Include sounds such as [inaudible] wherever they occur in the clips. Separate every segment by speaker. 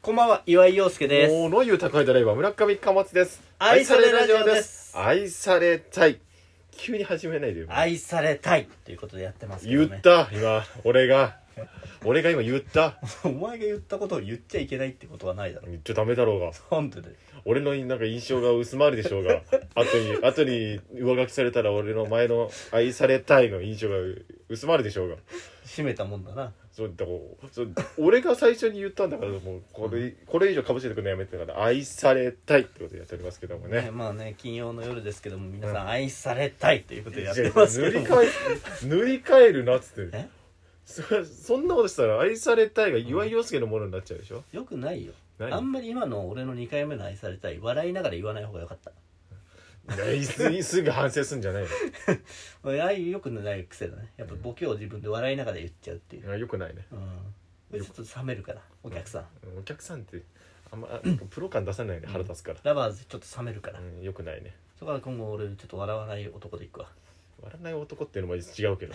Speaker 1: こんばんは、岩井陽介です。
Speaker 2: ものゆう宅配ドライバー村上貨物です
Speaker 1: 愛されラジオです
Speaker 2: 愛されたい急に始めないでよ
Speaker 1: 愛されたいということでやってますけど
Speaker 2: 言
Speaker 1: ね。
Speaker 2: った今俺が俺が今言った
Speaker 1: た。 [laughs] お前が言ったことを言っちゃいけないってことはないだろ。
Speaker 2: 言っちゃダメだろうが
Speaker 1: 本当で。
Speaker 2: 俺のなんか印象が薄まるでしょうが後に後に上書きされたら俺の前の愛されたいの印象が薄まるでしょうが
Speaker 1: 閉めたもんだな。
Speaker 2: そうだからそう俺が最初に言ったんだからもうこれこれ以上かぶせてくるのやめてだから愛されたいってことでやっておりますけども
Speaker 1: ね、
Speaker 2: ね
Speaker 1: まあね、金曜の夜ですけども、皆さん愛されたいということでやっ
Speaker 2: いや
Speaker 1: て
Speaker 2: いや
Speaker 1: ますけ
Speaker 2: 塗
Speaker 1: ど
Speaker 2: り
Speaker 1: も。
Speaker 2: 替え [laughs] 塗り替えるなっつって
Speaker 1: え
Speaker 2: そそんなことしたら愛されたいが岩井陽介のものになっちゃうでしょ、
Speaker 1: よくないよ。
Speaker 2: 何
Speaker 1: あんまり今の俺の2回目の愛されたい、笑いながら言わない方がよかった。
Speaker 2: いやいすすぐ反省すんじゃない
Speaker 1: ああいうよくない癖だね。やっぱボケを自分で笑いながら言っちゃうっていう。
Speaker 2: のよくないね
Speaker 1: うん。これちょっと冷めるから、お客さん。
Speaker 2: お客さんってあんまプロ感出さないで腹立つから、
Speaker 1: ラバーズちょっと冷めるから。
Speaker 2: うん、よくないね
Speaker 1: そこは今後俺ちょっと笑わない男でいくわ
Speaker 2: 割らない男っていうのも違うけ [laughs] ど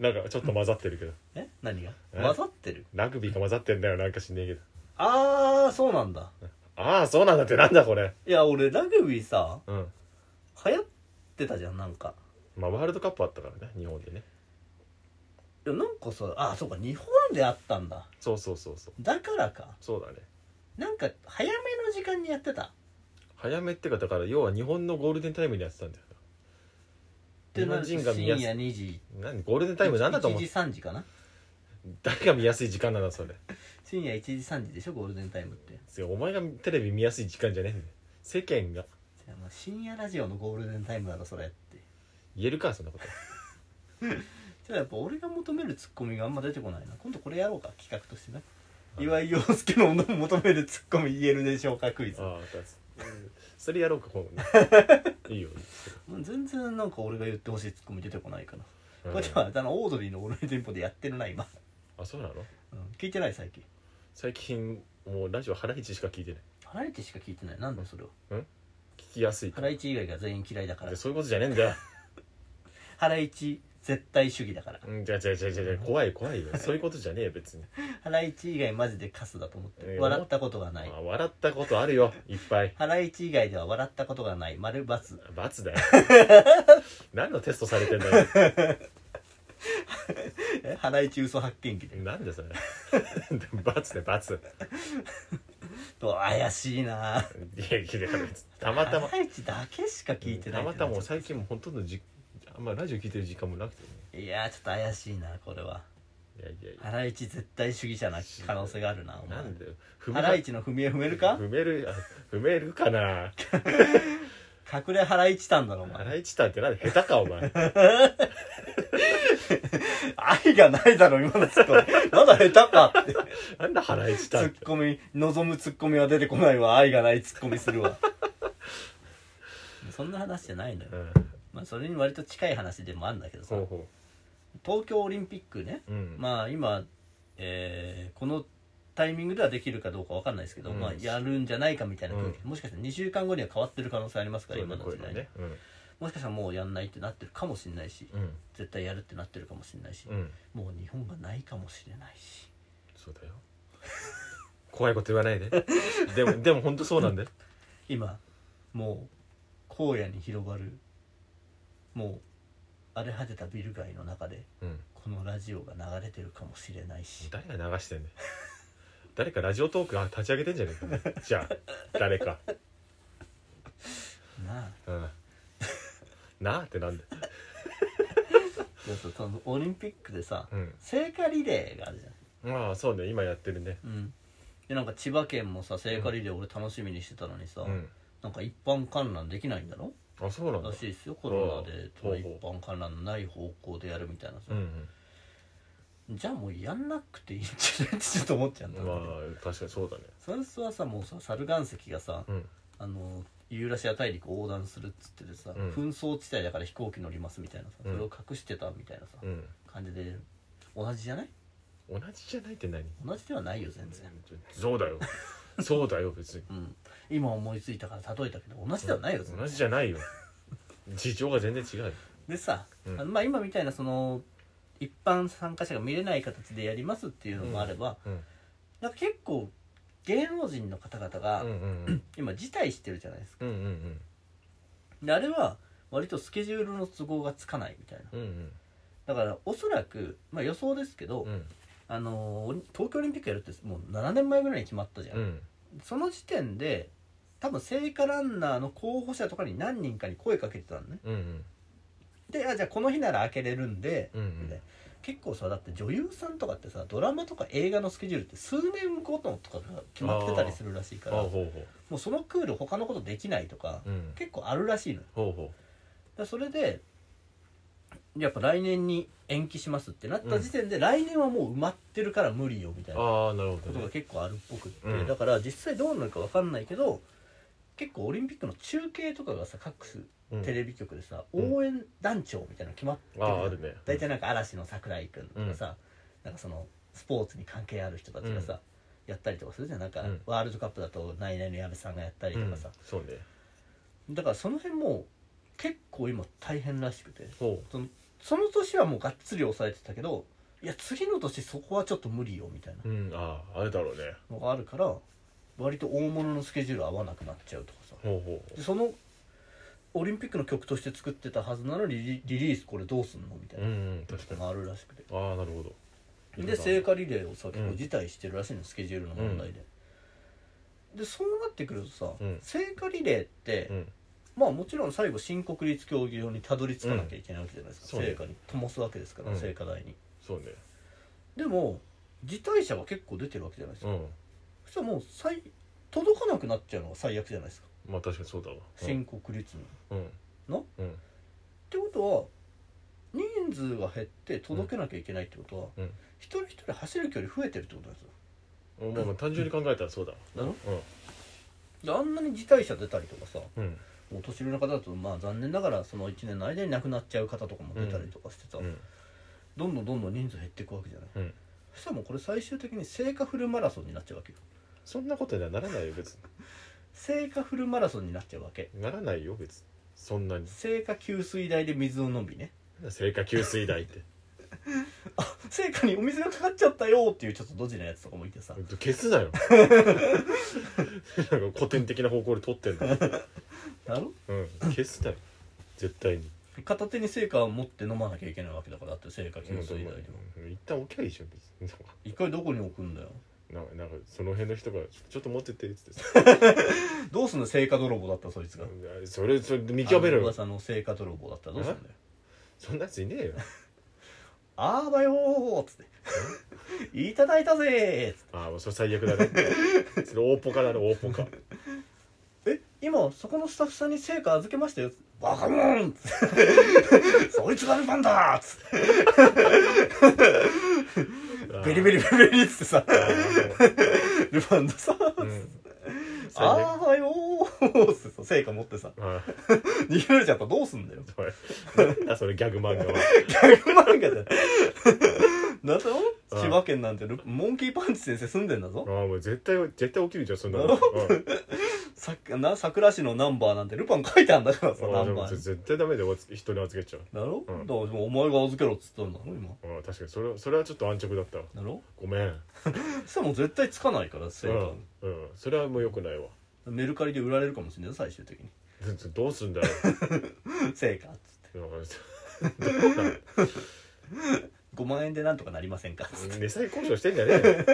Speaker 2: なんかちょっと混ざってるけど
Speaker 1: え何が
Speaker 2: え
Speaker 1: 混ざってる
Speaker 2: ラグビーが混ざってんだよなんかしんねえけど
Speaker 1: ああそうなんだ
Speaker 2: ああそうなんだってなんだこれ
Speaker 1: いや俺ラグビーさ
Speaker 2: うん
Speaker 1: 流行ってたじゃんなんか
Speaker 2: まあワールドカップあったからね日本でね
Speaker 1: いやなんかさあーそうか日本であったんだ
Speaker 2: そうそうそうそう
Speaker 1: だからか
Speaker 2: そうだね
Speaker 1: なんか早めの時間にやってたっ
Speaker 2: 早めってかだから要は日本のゴールデンタイムにやってたんだよ
Speaker 1: て
Speaker 2: 日
Speaker 1: な
Speaker 2: 本
Speaker 1: る
Speaker 2: 人が
Speaker 1: 深
Speaker 2: 見やす
Speaker 1: 夜
Speaker 2: い
Speaker 1: 2時
Speaker 2: 何ゴールデンタイムなんだと思
Speaker 1: 1
Speaker 2: っ
Speaker 1: 時
Speaker 2: て
Speaker 1: 3時かな
Speaker 2: 誰が見やすい時間なのそれ
Speaker 1: 深夜1時3時でしょゴールデンタイムって
Speaker 2: それお前がテレビ見やすい時間じゃねえんだよ世間が
Speaker 1: じゃあまあ深夜ラジオのゴールデンタイムだろそれって
Speaker 2: 言えるかそんなこと
Speaker 1: じゃあやっぱ俺が求めるツッコミがあんま出てこないな今度これやろうか企画としてね岩井陽介の求めるツッコミ言えるでしょうかクイズ
Speaker 2: ああだうんそれやろうか今
Speaker 1: [laughs]
Speaker 2: 度いいよ
Speaker 1: もう全然なんか俺が言ってほしいツッコミ出てこないかな、
Speaker 2: うん
Speaker 1: こっちはあのオードリーの「オールナイトニッポン」でやってるな今、
Speaker 2: あそうなの
Speaker 1: うん、聞いてない最近
Speaker 2: 最近もうラジオハライチしか聞いてない
Speaker 1: ハライチしか聞いてないなんでそれを
Speaker 2: 聞きやすい
Speaker 1: ハ
Speaker 2: から
Speaker 1: ライチ以外が全員嫌いだから
Speaker 2: でそういうことじゃねえんだよ
Speaker 1: ハライチ絶対主義だから
Speaker 2: うんじゃじゃじゃじゃ怖い怖いよそういうことじゃねえよ別に、
Speaker 1: ハライチ以外マジでカスだと思って
Speaker 2: えー
Speaker 1: 笑ったことがない
Speaker 2: まあ、笑ったことあるよいっぱい
Speaker 1: ハライチ以外では笑ったことがない丸バツ [laughs]
Speaker 2: 罰だよ何のテストされてんだよ
Speaker 1: えハライチ嘘発見器で
Speaker 2: なんでそれ [laughs] 罰で罰
Speaker 1: と怪しいない
Speaker 2: やいやいやたまたま
Speaker 1: ハライチだけしか聞いてない
Speaker 2: た
Speaker 1: ってな
Speaker 2: ま
Speaker 1: っちゃう
Speaker 2: たまもう最近もうほとんどじあんまラジオ聞いてる時間もなくてね
Speaker 1: いやーちょっと怪しいなこれはい
Speaker 2: やいやい
Speaker 1: ハライチ絶対主義者な可能性があるなお
Speaker 2: やな
Speaker 1: 前
Speaker 2: んだよ踏
Speaker 1: ハライチの踏み絵踏めるか
Speaker 2: 踏めるあ踏めるかな
Speaker 1: 隠れハライチたんだろお
Speaker 2: ハ
Speaker 1: 前
Speaker 2: ライチタンってなんで下手かお
Speaker 1: [laughs]
Speaker 2: 前
Speaker 1: 愛がないだろ今のツッコミまだ下手かって
Speaker 2: なんだハライチ
Speaker 1: ツ
Speaker 2: タンって
Speaker 1: ッコミ望むツッコミは出てこないわ愛がないツッコミするわそんな話じゃないのよ、
Speaker 2: うん
Speaker 1: まあ、それに割と近い話でもあるんだけどさ
Speaker 2: ほうほ
Speaker 1: 東京オリンピックね
Speaker 2: ううん
Speaker 1: まあ今、えーこのタイミングではできるかどうかわかんないですけど、
Speaker 2: うん
Speaker 1: まあ、やるんじゃないかみたいな空気、
Speaker 2: う
Speaker 1: もしかしたら2週間後には変わってる可能性ありますか
Speaker 2: そう
Speaker 1: ら
Speaker 2: だ
Speaker 1: 今の
Speaker 2: ねこうい
Speaker 1: 時
Speaker 2: うの
Speaker 1: 代、
Speaker 2: ねうん
Speaker 1: もしかしたらもうやんないってなってるかもしれないし
Speaker 2: うん
Speaker 1: 絶対やるってなってるかもしれないし、
Speaker 2: うん
Speaker 1: もう日本がないかもしれないし
Speaker 2: そうだよ怖いこと言わな
Speaker 1: [laughs]
Speaker 2: いででもでも本当そうなんだよ
Speaker 1: 今もう荒野に広がるもう荒れ果てたビル街の中で
Speaker 2: うん
Speaker 1: このラジオが流れてるかもしれないし
Speaker 2: 誰が流してんねん誰かラジオトークが立ち上げてんじゃねえかじゃあ誰か
Speaker 1: なあ
Speaker 2: うんなあってなんで
Speaker 1: でそそのオリンピックでさ
Speaker 2: うん
Speaker 1: 聖火リレーがあるじゃん
Speaker 2: まあそうね今やってるね
Speaker 1: うん、でなんか千葉県もさ聖火リレー俺楽しみにしてたのにさ、
Speaker 2: うん
Speaker 1: なんか一般観覧できないんだろ
Speaker 2: あそうなんだ
Speaker 1: らしいですよコロナで
Speaker 2: ほう
Speaker 1: 一
Speaker 2: ほう
Speaker 1: 般観覧のない方向でやるみたいなさ、
Speaker 2: うんうん
Speaker 1: じゃあもうやんなくていいんじゃないってちょっと思っちゃうんだ、
Speaker 2: まあ確かにそうだね
Speaker 1: それはさもうさ猿岩石がさ、
Speaker 2: うん
Speaker 1: あのユーラシア大陸を横断するっつっててさ、
Speaker 2: うん
Speaker 1: 紛争地帯だから飛行機乗りますみたいなさそ
Speaker 2: うん
Speaker 1: れを隠してたみたいなさ、
Speaker 2: うん
Speaker 1: 感じで同じじゃない
Speaker 2: 同じじゃないって何
Speaker 1: 同じではないよ全然、
Speaker 2: そうだよそうだよ別に
Speaker 1: うん、今思いついたから例えたけど同じではないよ全然、
Speaker 2: 同じじゃないよ事情が全然違うよ
Speaker 1: でさ、
Speaker 2: うん
Speaker 1: あのまあ今みたいなその一般参加者が見れない形でやりますっていうのもあれば、
Speaker 2: うん
Speaker 1: なんか結構芸能人の方々が
Speaker 2: うんうん
Speaker 1: 今辞退してるじゃないですか
Speaker 2: うんうんうん
Speaker 1: であれは割とスケジュールの都合がつかないみたいな
Speaker 2: うんうん
Speaker 1: だからおそらく、まあ、予想ですけど、
Speaker 2: うん
Speaker 1: あのー東京オリンピックやるってもう7年前ぐらいに決まったじゃん、
Speaker 2: うん
Speaker 1: その時点で多分聖火ランナーの候補者とかに何人かに声かけてたのね
Speaker 2: うんうん
Speaker 1: であじゃあこの日なら開けれるんで、
Speaker 2: うんうん
Speaker 1: みたいな結構さだって女優さんとかってさドラマとか映画のスケジュールって数年ごととかが決まってたりするらしいから
Speaker 2: あほう
Speaker 1: も
Speaker 2: ほう
Speaker 1: うそのクール他のことできないとか、
Speaker 2: うん
Speaker 1: 結構あるらしいのよ
Speaker 2: ほうほ
Speaker 1: だからそれでやっぱ来年に延期しますってなった時点で、来年はもう埋まってるから無理よみたいうな
Speaker 2: ああなる
Speaker 1: こ
Speaker 2: ほ
Speaker 1: と
Speaker 2: ど
Speaker 1: が
Speaker 2: ね
Speaker 1: 結構あるっぽくって、
Speaker 2: うん
Speaker 1: だから実際どうなるか分かんないけど結構オリンピックの中継とかがさ各
Speaker 2: うん
Speaker 1: テレビ局でさ、
Speaker 2: うん
Speaker 1: 応援団長みたいなの決まってる
Speaker 2: あ
Speaker 1: じゃん
Speaker 2: ああるね
Speaker 1: 大体なんか嵐の桜井君とかさ、なんかそのスポーツに関係ある人たちがさ、やったりとかするじゃんなんか、
Speaker 2: うん
Speaker 1: ワールドカップだとナイナイの矢部さんがやったりとかさ、
Speaker 2: うんそうね
Speaker 1: だからその辺も結構今大変らしくて
Speaker 2: ほ
Speaker 1: そのその年はもうがっつり抑えてたけどいや次の年そこはちょっと無理よみたいな
Speaker 2: ううんあああるだろうね
Speaker 1: のがあるから割と大物のスケジュール合わなくなっちゃうとかさ
Speaker 2: ほうほ
Speaker 1: でそのオリンピックの曲として作ってたはずなのにリリリリースこれどうすんのみたいう
Speaker 2: う
Speaker 1: なん
Speaker 2: うん確か
Speaker 1: の
Speaker 2: に
Speaker 1: があるらしくて
Speaker 2: ああなるほど
Speaker 1: で聖火リレーをさ
Speaker 2: ん
Speaker 1: 結構辞退してるらしいの、スケジュールの問題で、でそうなってくるとさ、
Speaker 2: うん
Speaker 1: 聖火リレーって、
Speaker 2: うん
Speaker 1: まあもちろん最後新国立競技場にたどり着かなきゃいけないわけじゃないですか、
Speaker 2: うんそう
Speaker 1: 聖火に灯すわけですから、
Speaker 2: うん
Speaker 1: 聖火台に
Speaker 2: そうね
Speaker 1: でも辞退者が結構出てるわけじゃないです
Speaker 2: う
Speaker 1: か、
Speaker 2: ん
Speaker 1: そしたらもう最届かなくなっちゃうのが最悪じゃないですか
Speaker 2: まあ確かにそうだわ
Speaker 1: 新国立に、っ
Speaker 2: うん
Speaker 1: の
Speaker 2: うん
Speaker 1: てことは人数が減って届けなきゃいけないってことは、
Speaker 2: うん
Speaker 1: 一人一人走る距離増えてるってことなんですよ
Speaker 2: うんまあまあ単純に考えたらそうだわ
Speaker 1: だろ
Speaker 2: うん
Speaker 1: であんなに辞退者出たりとかさ
Speaker 2: うん
Speaker 1: お年寄りの方だとまあ残念ながらその1年の間に亡くなっちゃう方とかも出たりとかしてさ、
Speaker 2: うん
Speaker 1: どんどんどんどん人数減っていくわけじゃない
Speaker 2: うん
Speaker 1: そしたらもうこれ最終的に聖火フルマラソンになっちゃうわけよ
Speaker 2: そんなことにはならないよ別
Speaker 1: 聖火フルマラソンになっちゃうわけ
Speaker 2: にならないよ別にそんなに
Speaker 1: 聖火給水台で水を飲みね
Speaker 2: 成果給水台って
Speaker 1: あ聖火にお水がかかっちゃったよっていうちょっとドジなやつとかもいてさ
Speaker 2: 消すなよなんか古典的な方向で撮ってんだ
Speaker 1: だろ
Speaker 2: うん消すなよ絶対に
Speaker 1: 片手に聖火を持って飲まなきゃいけないわけだからだって聖火給
Speaker 2: うん
Speaker 1: 水台でも
Speaker 2: 一旦置きゃいいじゃん別に
Speaker 1: 一回どこに置くんだよ
Speaker 2: なんかなんかその辺の人が「ちょっと持ってって」っつって
Speaker 1: どうすんの聖火泥棒だったらそいつが
Speaker 2: うんそれ [laughs] それ見極めろ
Speaker 1: あの
Speaker 2: よ
Speaker 1: 噂の聖火泥棒だったらどうすんだよ
Speaker 2: そんなやついねえよ
Speaker 1: あーだよーっつって「いただいたぜーっつっ
Speaker 2: ああもうそれ最悪だねそれ大ポカだね大ポカ
Speaker 1: て」え今そこのスタッフさんに成果預けましたよ」バカモン!」っつって「そいつがルパンだ!」っつってベリベ
Speaker 2: リ
Speaker 1: リベリベリっつってさルパンのさ「
Speaker 2: うん最悪
Speaker 1: あーだよー」っつってさ成果持ってさ
Speaker 2: あー
Speaker 1: 逃げられちゃったらどうすんだよ
Speaker 2: それ [laughs] なんだそれギャグ漫画は
Speaker 1: ギャグ漫画じゃんだぞ
Speaker 2: うん
Speaker 1: 千葉県なんてルモンキーパンチ先生住んでんだぞ
Speaker 2: ああもう絶対絶対起きるじゃんそんな
Speaker 1: だ
Speaker 2: のうん
Speaker 1: さな桜市のナンバーなんてルパン書いてあんだからさナ
Speaker 2: ああで
Speaker 1: ン
Speaker 2: も
Speaker 1: バー
Speaker 2: それ
Speaker 1: に
Speaker 2: 絶対ダメだよ人に預けちゃう
Speaker 1: だろ、
Speaker 2: う
Speaker 1: うんだからお前が預けろっつったんだろ今
Speaker 2: ああ確かにそれはそれはちょっと安直だったわ
Speaker 1: だろ
Speaker 2: ごめん
Speaker 1: そしたらもう絶対つかないから成
Speaker 2: う
Speaker 1: 果、
Speaker 2: ん、うん、それはもう良くないわ [laughs]
Speaker 1: メルカリで売られるかもしれないよ最終的に
Speaker 2: どうすんだよ [laughs]
Speaker 1: 成果っつって5万円でなんとかなりませんかっつって
Speaker 2: 値下げ交渉してんじゃねえ
Speaker 1: [laughs]
Speaker 2: よ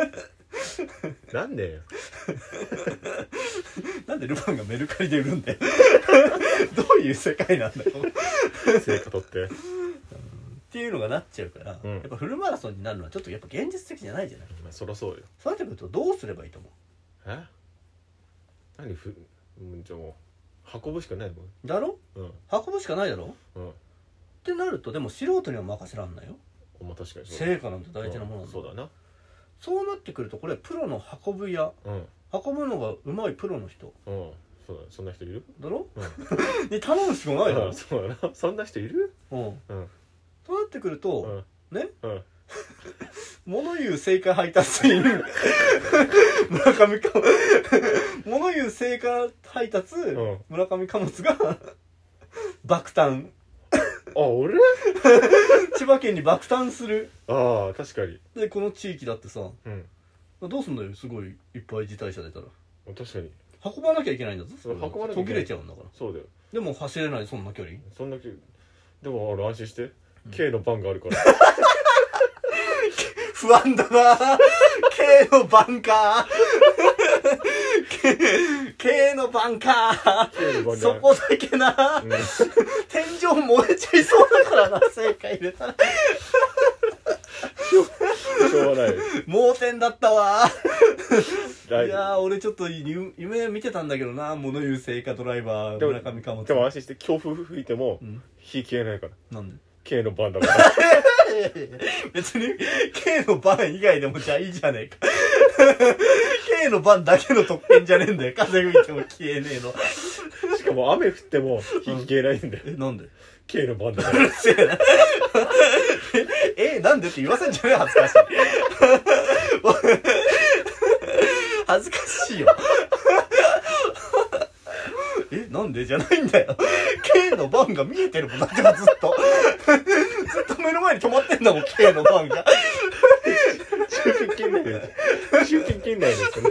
Speaker 2: なんでよ
Speaker 1: なんでルパンがメルカリで売るん
Speaker 2: [laughs]
Speaker 1: だよどういう世界なんだろうっ
Speaker 2: 成果取って
Speaker 1: ていうのがなっちゃうから、
Speaker 2: うん
Speaker 1: やっぱフルマラソンになるのはちょっとやっぱ現実的じゃないじゃない
Speaker 2: まあそらそうよ
Speaker 1: そうなってくるとどうすればいいと思
Speaker 2: え何ふうんじゃあもう運ぶしかないもん
Speaker 1: うだろ
Speaker 2: うん
Speaker 1: 運ぶしかないだろ
Speaker 2: うん
Speaker 1: ってなるとでも素人には任せらんないよ
Speaker 2: まあ確かにそう
Speaker 1: 成果なんて大事なものなんだ
Speaker 2: そうだな
Speaker 1: そうなってくるとこれプロの運ぶや
Speaker 2: うん
Speaker 1: 運ぶのがうまいプロの人
Speaker 2: うんそうだそんな人いる
Speaker 1: だろ、に頼むしか [laughs] ないだ
Speaker 2: うん
Speaker 1: ろ、
Speaker 2: そうだなそんな人いる
Speaker 1: うん、
Speaker 2: うん
Speaker 1: そうなってくる
Speaker 2: う
Speaker 1: と、
Speaker 2: ん
Speaker 1: ね
Speaker 2: うん
Speaker 1: 物言う正解配達員 [laughs] 村上か [laughs] 物言う正解配達、
Speaker 2: ん
Speaker 1: 村上貨物が [laughs] 爆誕
Speaker 2: あ俺
Speaker 1: 千葉県に爆誕する
Speaker 2: ああ確かに
Speaker 1: でこの地域だってさ
Speaker 2: うん
Speaker 1: どうすんだよすごいいっぱい辞退者出たら
Speaker 2: 確かに
Speaker 1: 運ばなきゃいけないんだぞ
Speaker 2: そう
Speaker 1: れだって
Speaker 2: 運ばなきゃい
Speaker 1: 途切
Speaker 2: けない
Speaker 1: れちゃうんだから
Speaker 2: そうだよ
Speaker 1: でも走れないそんな距離
Speaker 2: そんなきでも俺安心して、K の番があるから
Speaker 1: [laughs] 不安だな K のバンカー K, K のバンカー
Speaker 2: K の番が
Speaker 1: そこだけな、
Speaker 2: うん
Speaker 1: 天井燃えちゃいそうだからな正解入れたら
Speaker 2: しょうがない
Speaker 1: 盲点だったわ
Speaker 2: 来
Speaker 1: いやー俺ちょっとゆ夢見てたんだけどな物言う聖火ドライバー
Speaker 2: でも
Speaker 1: 村上かも
Speaker 2: でも安心して強風吹いても、
Speaker 1: うん
Speaker 2: 火消えないから
Speaker 1: なんで
Speaker 2: K の番だから
Speaker 1: [laughs] 別に K の番以外でもじゃあいいじゃねえか [laughs] K の番だけの特権じゃねえんだよ風吹いても消えねえの
Speaker 2: しかも雨降っても火消えないんだよ、
Speaker 1: えなんで [laughs]
Speaker 2: K の番だか
Speaker 1: う [laughs]
Speaker 2: ら
Speaker 1: るせえなえなんでって言わせんじゃねえ恥ずかしい [laughs] 恥ずかしいよえなんでじゃないんだよ K の番が見えてるもんだからずっと [laughs] ずっと目の前に止まってんだもん K の番が
Speaker 2: 中堅圏内で中堅圏内ですね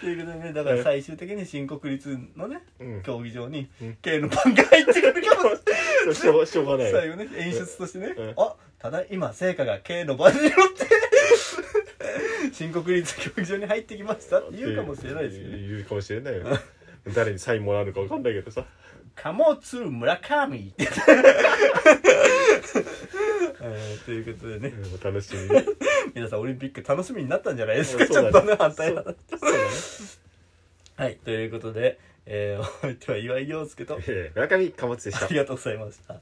Speaker 1: ということでねだから最終的に新国立のね、
Speaker 2: うん
Speaker 1: 競技場に
Speaker 2: うん
Speaker 1: K の番が入ってくるかも
Speaker 2: [laughs] そうしょうしょうがない
Speaker 1: 最後ね演出としてね、
Speaker 2: うん
Speaker 1: あただ今聖火が K の番に乗って新国立競技場に入ってきましたって言うかもしれないですけどね
Speaker 2: 言うかもしれないよね誰にサインもらうのか分かんないけどさ
Speaker 1: 「貨物村上」
Speaker 2: [laughs]
Speaker 1: って、えーということでね
Speaker 2: うんお楽しみに
Speaker 1: 皆さんオリンピック楽 [laughs] しみになったんじゃないです
Speaker 2: う
Speaker 1: か
Speaker 2: ん
Speaker 1: ちょっとね反対は
Speaker 2: そうだね
Speaker 1: はいということで、えーお相手は岩井陽介と
Speaker 2: [laughs] えー村上貨物でした
Speaker 1: ありがとうございました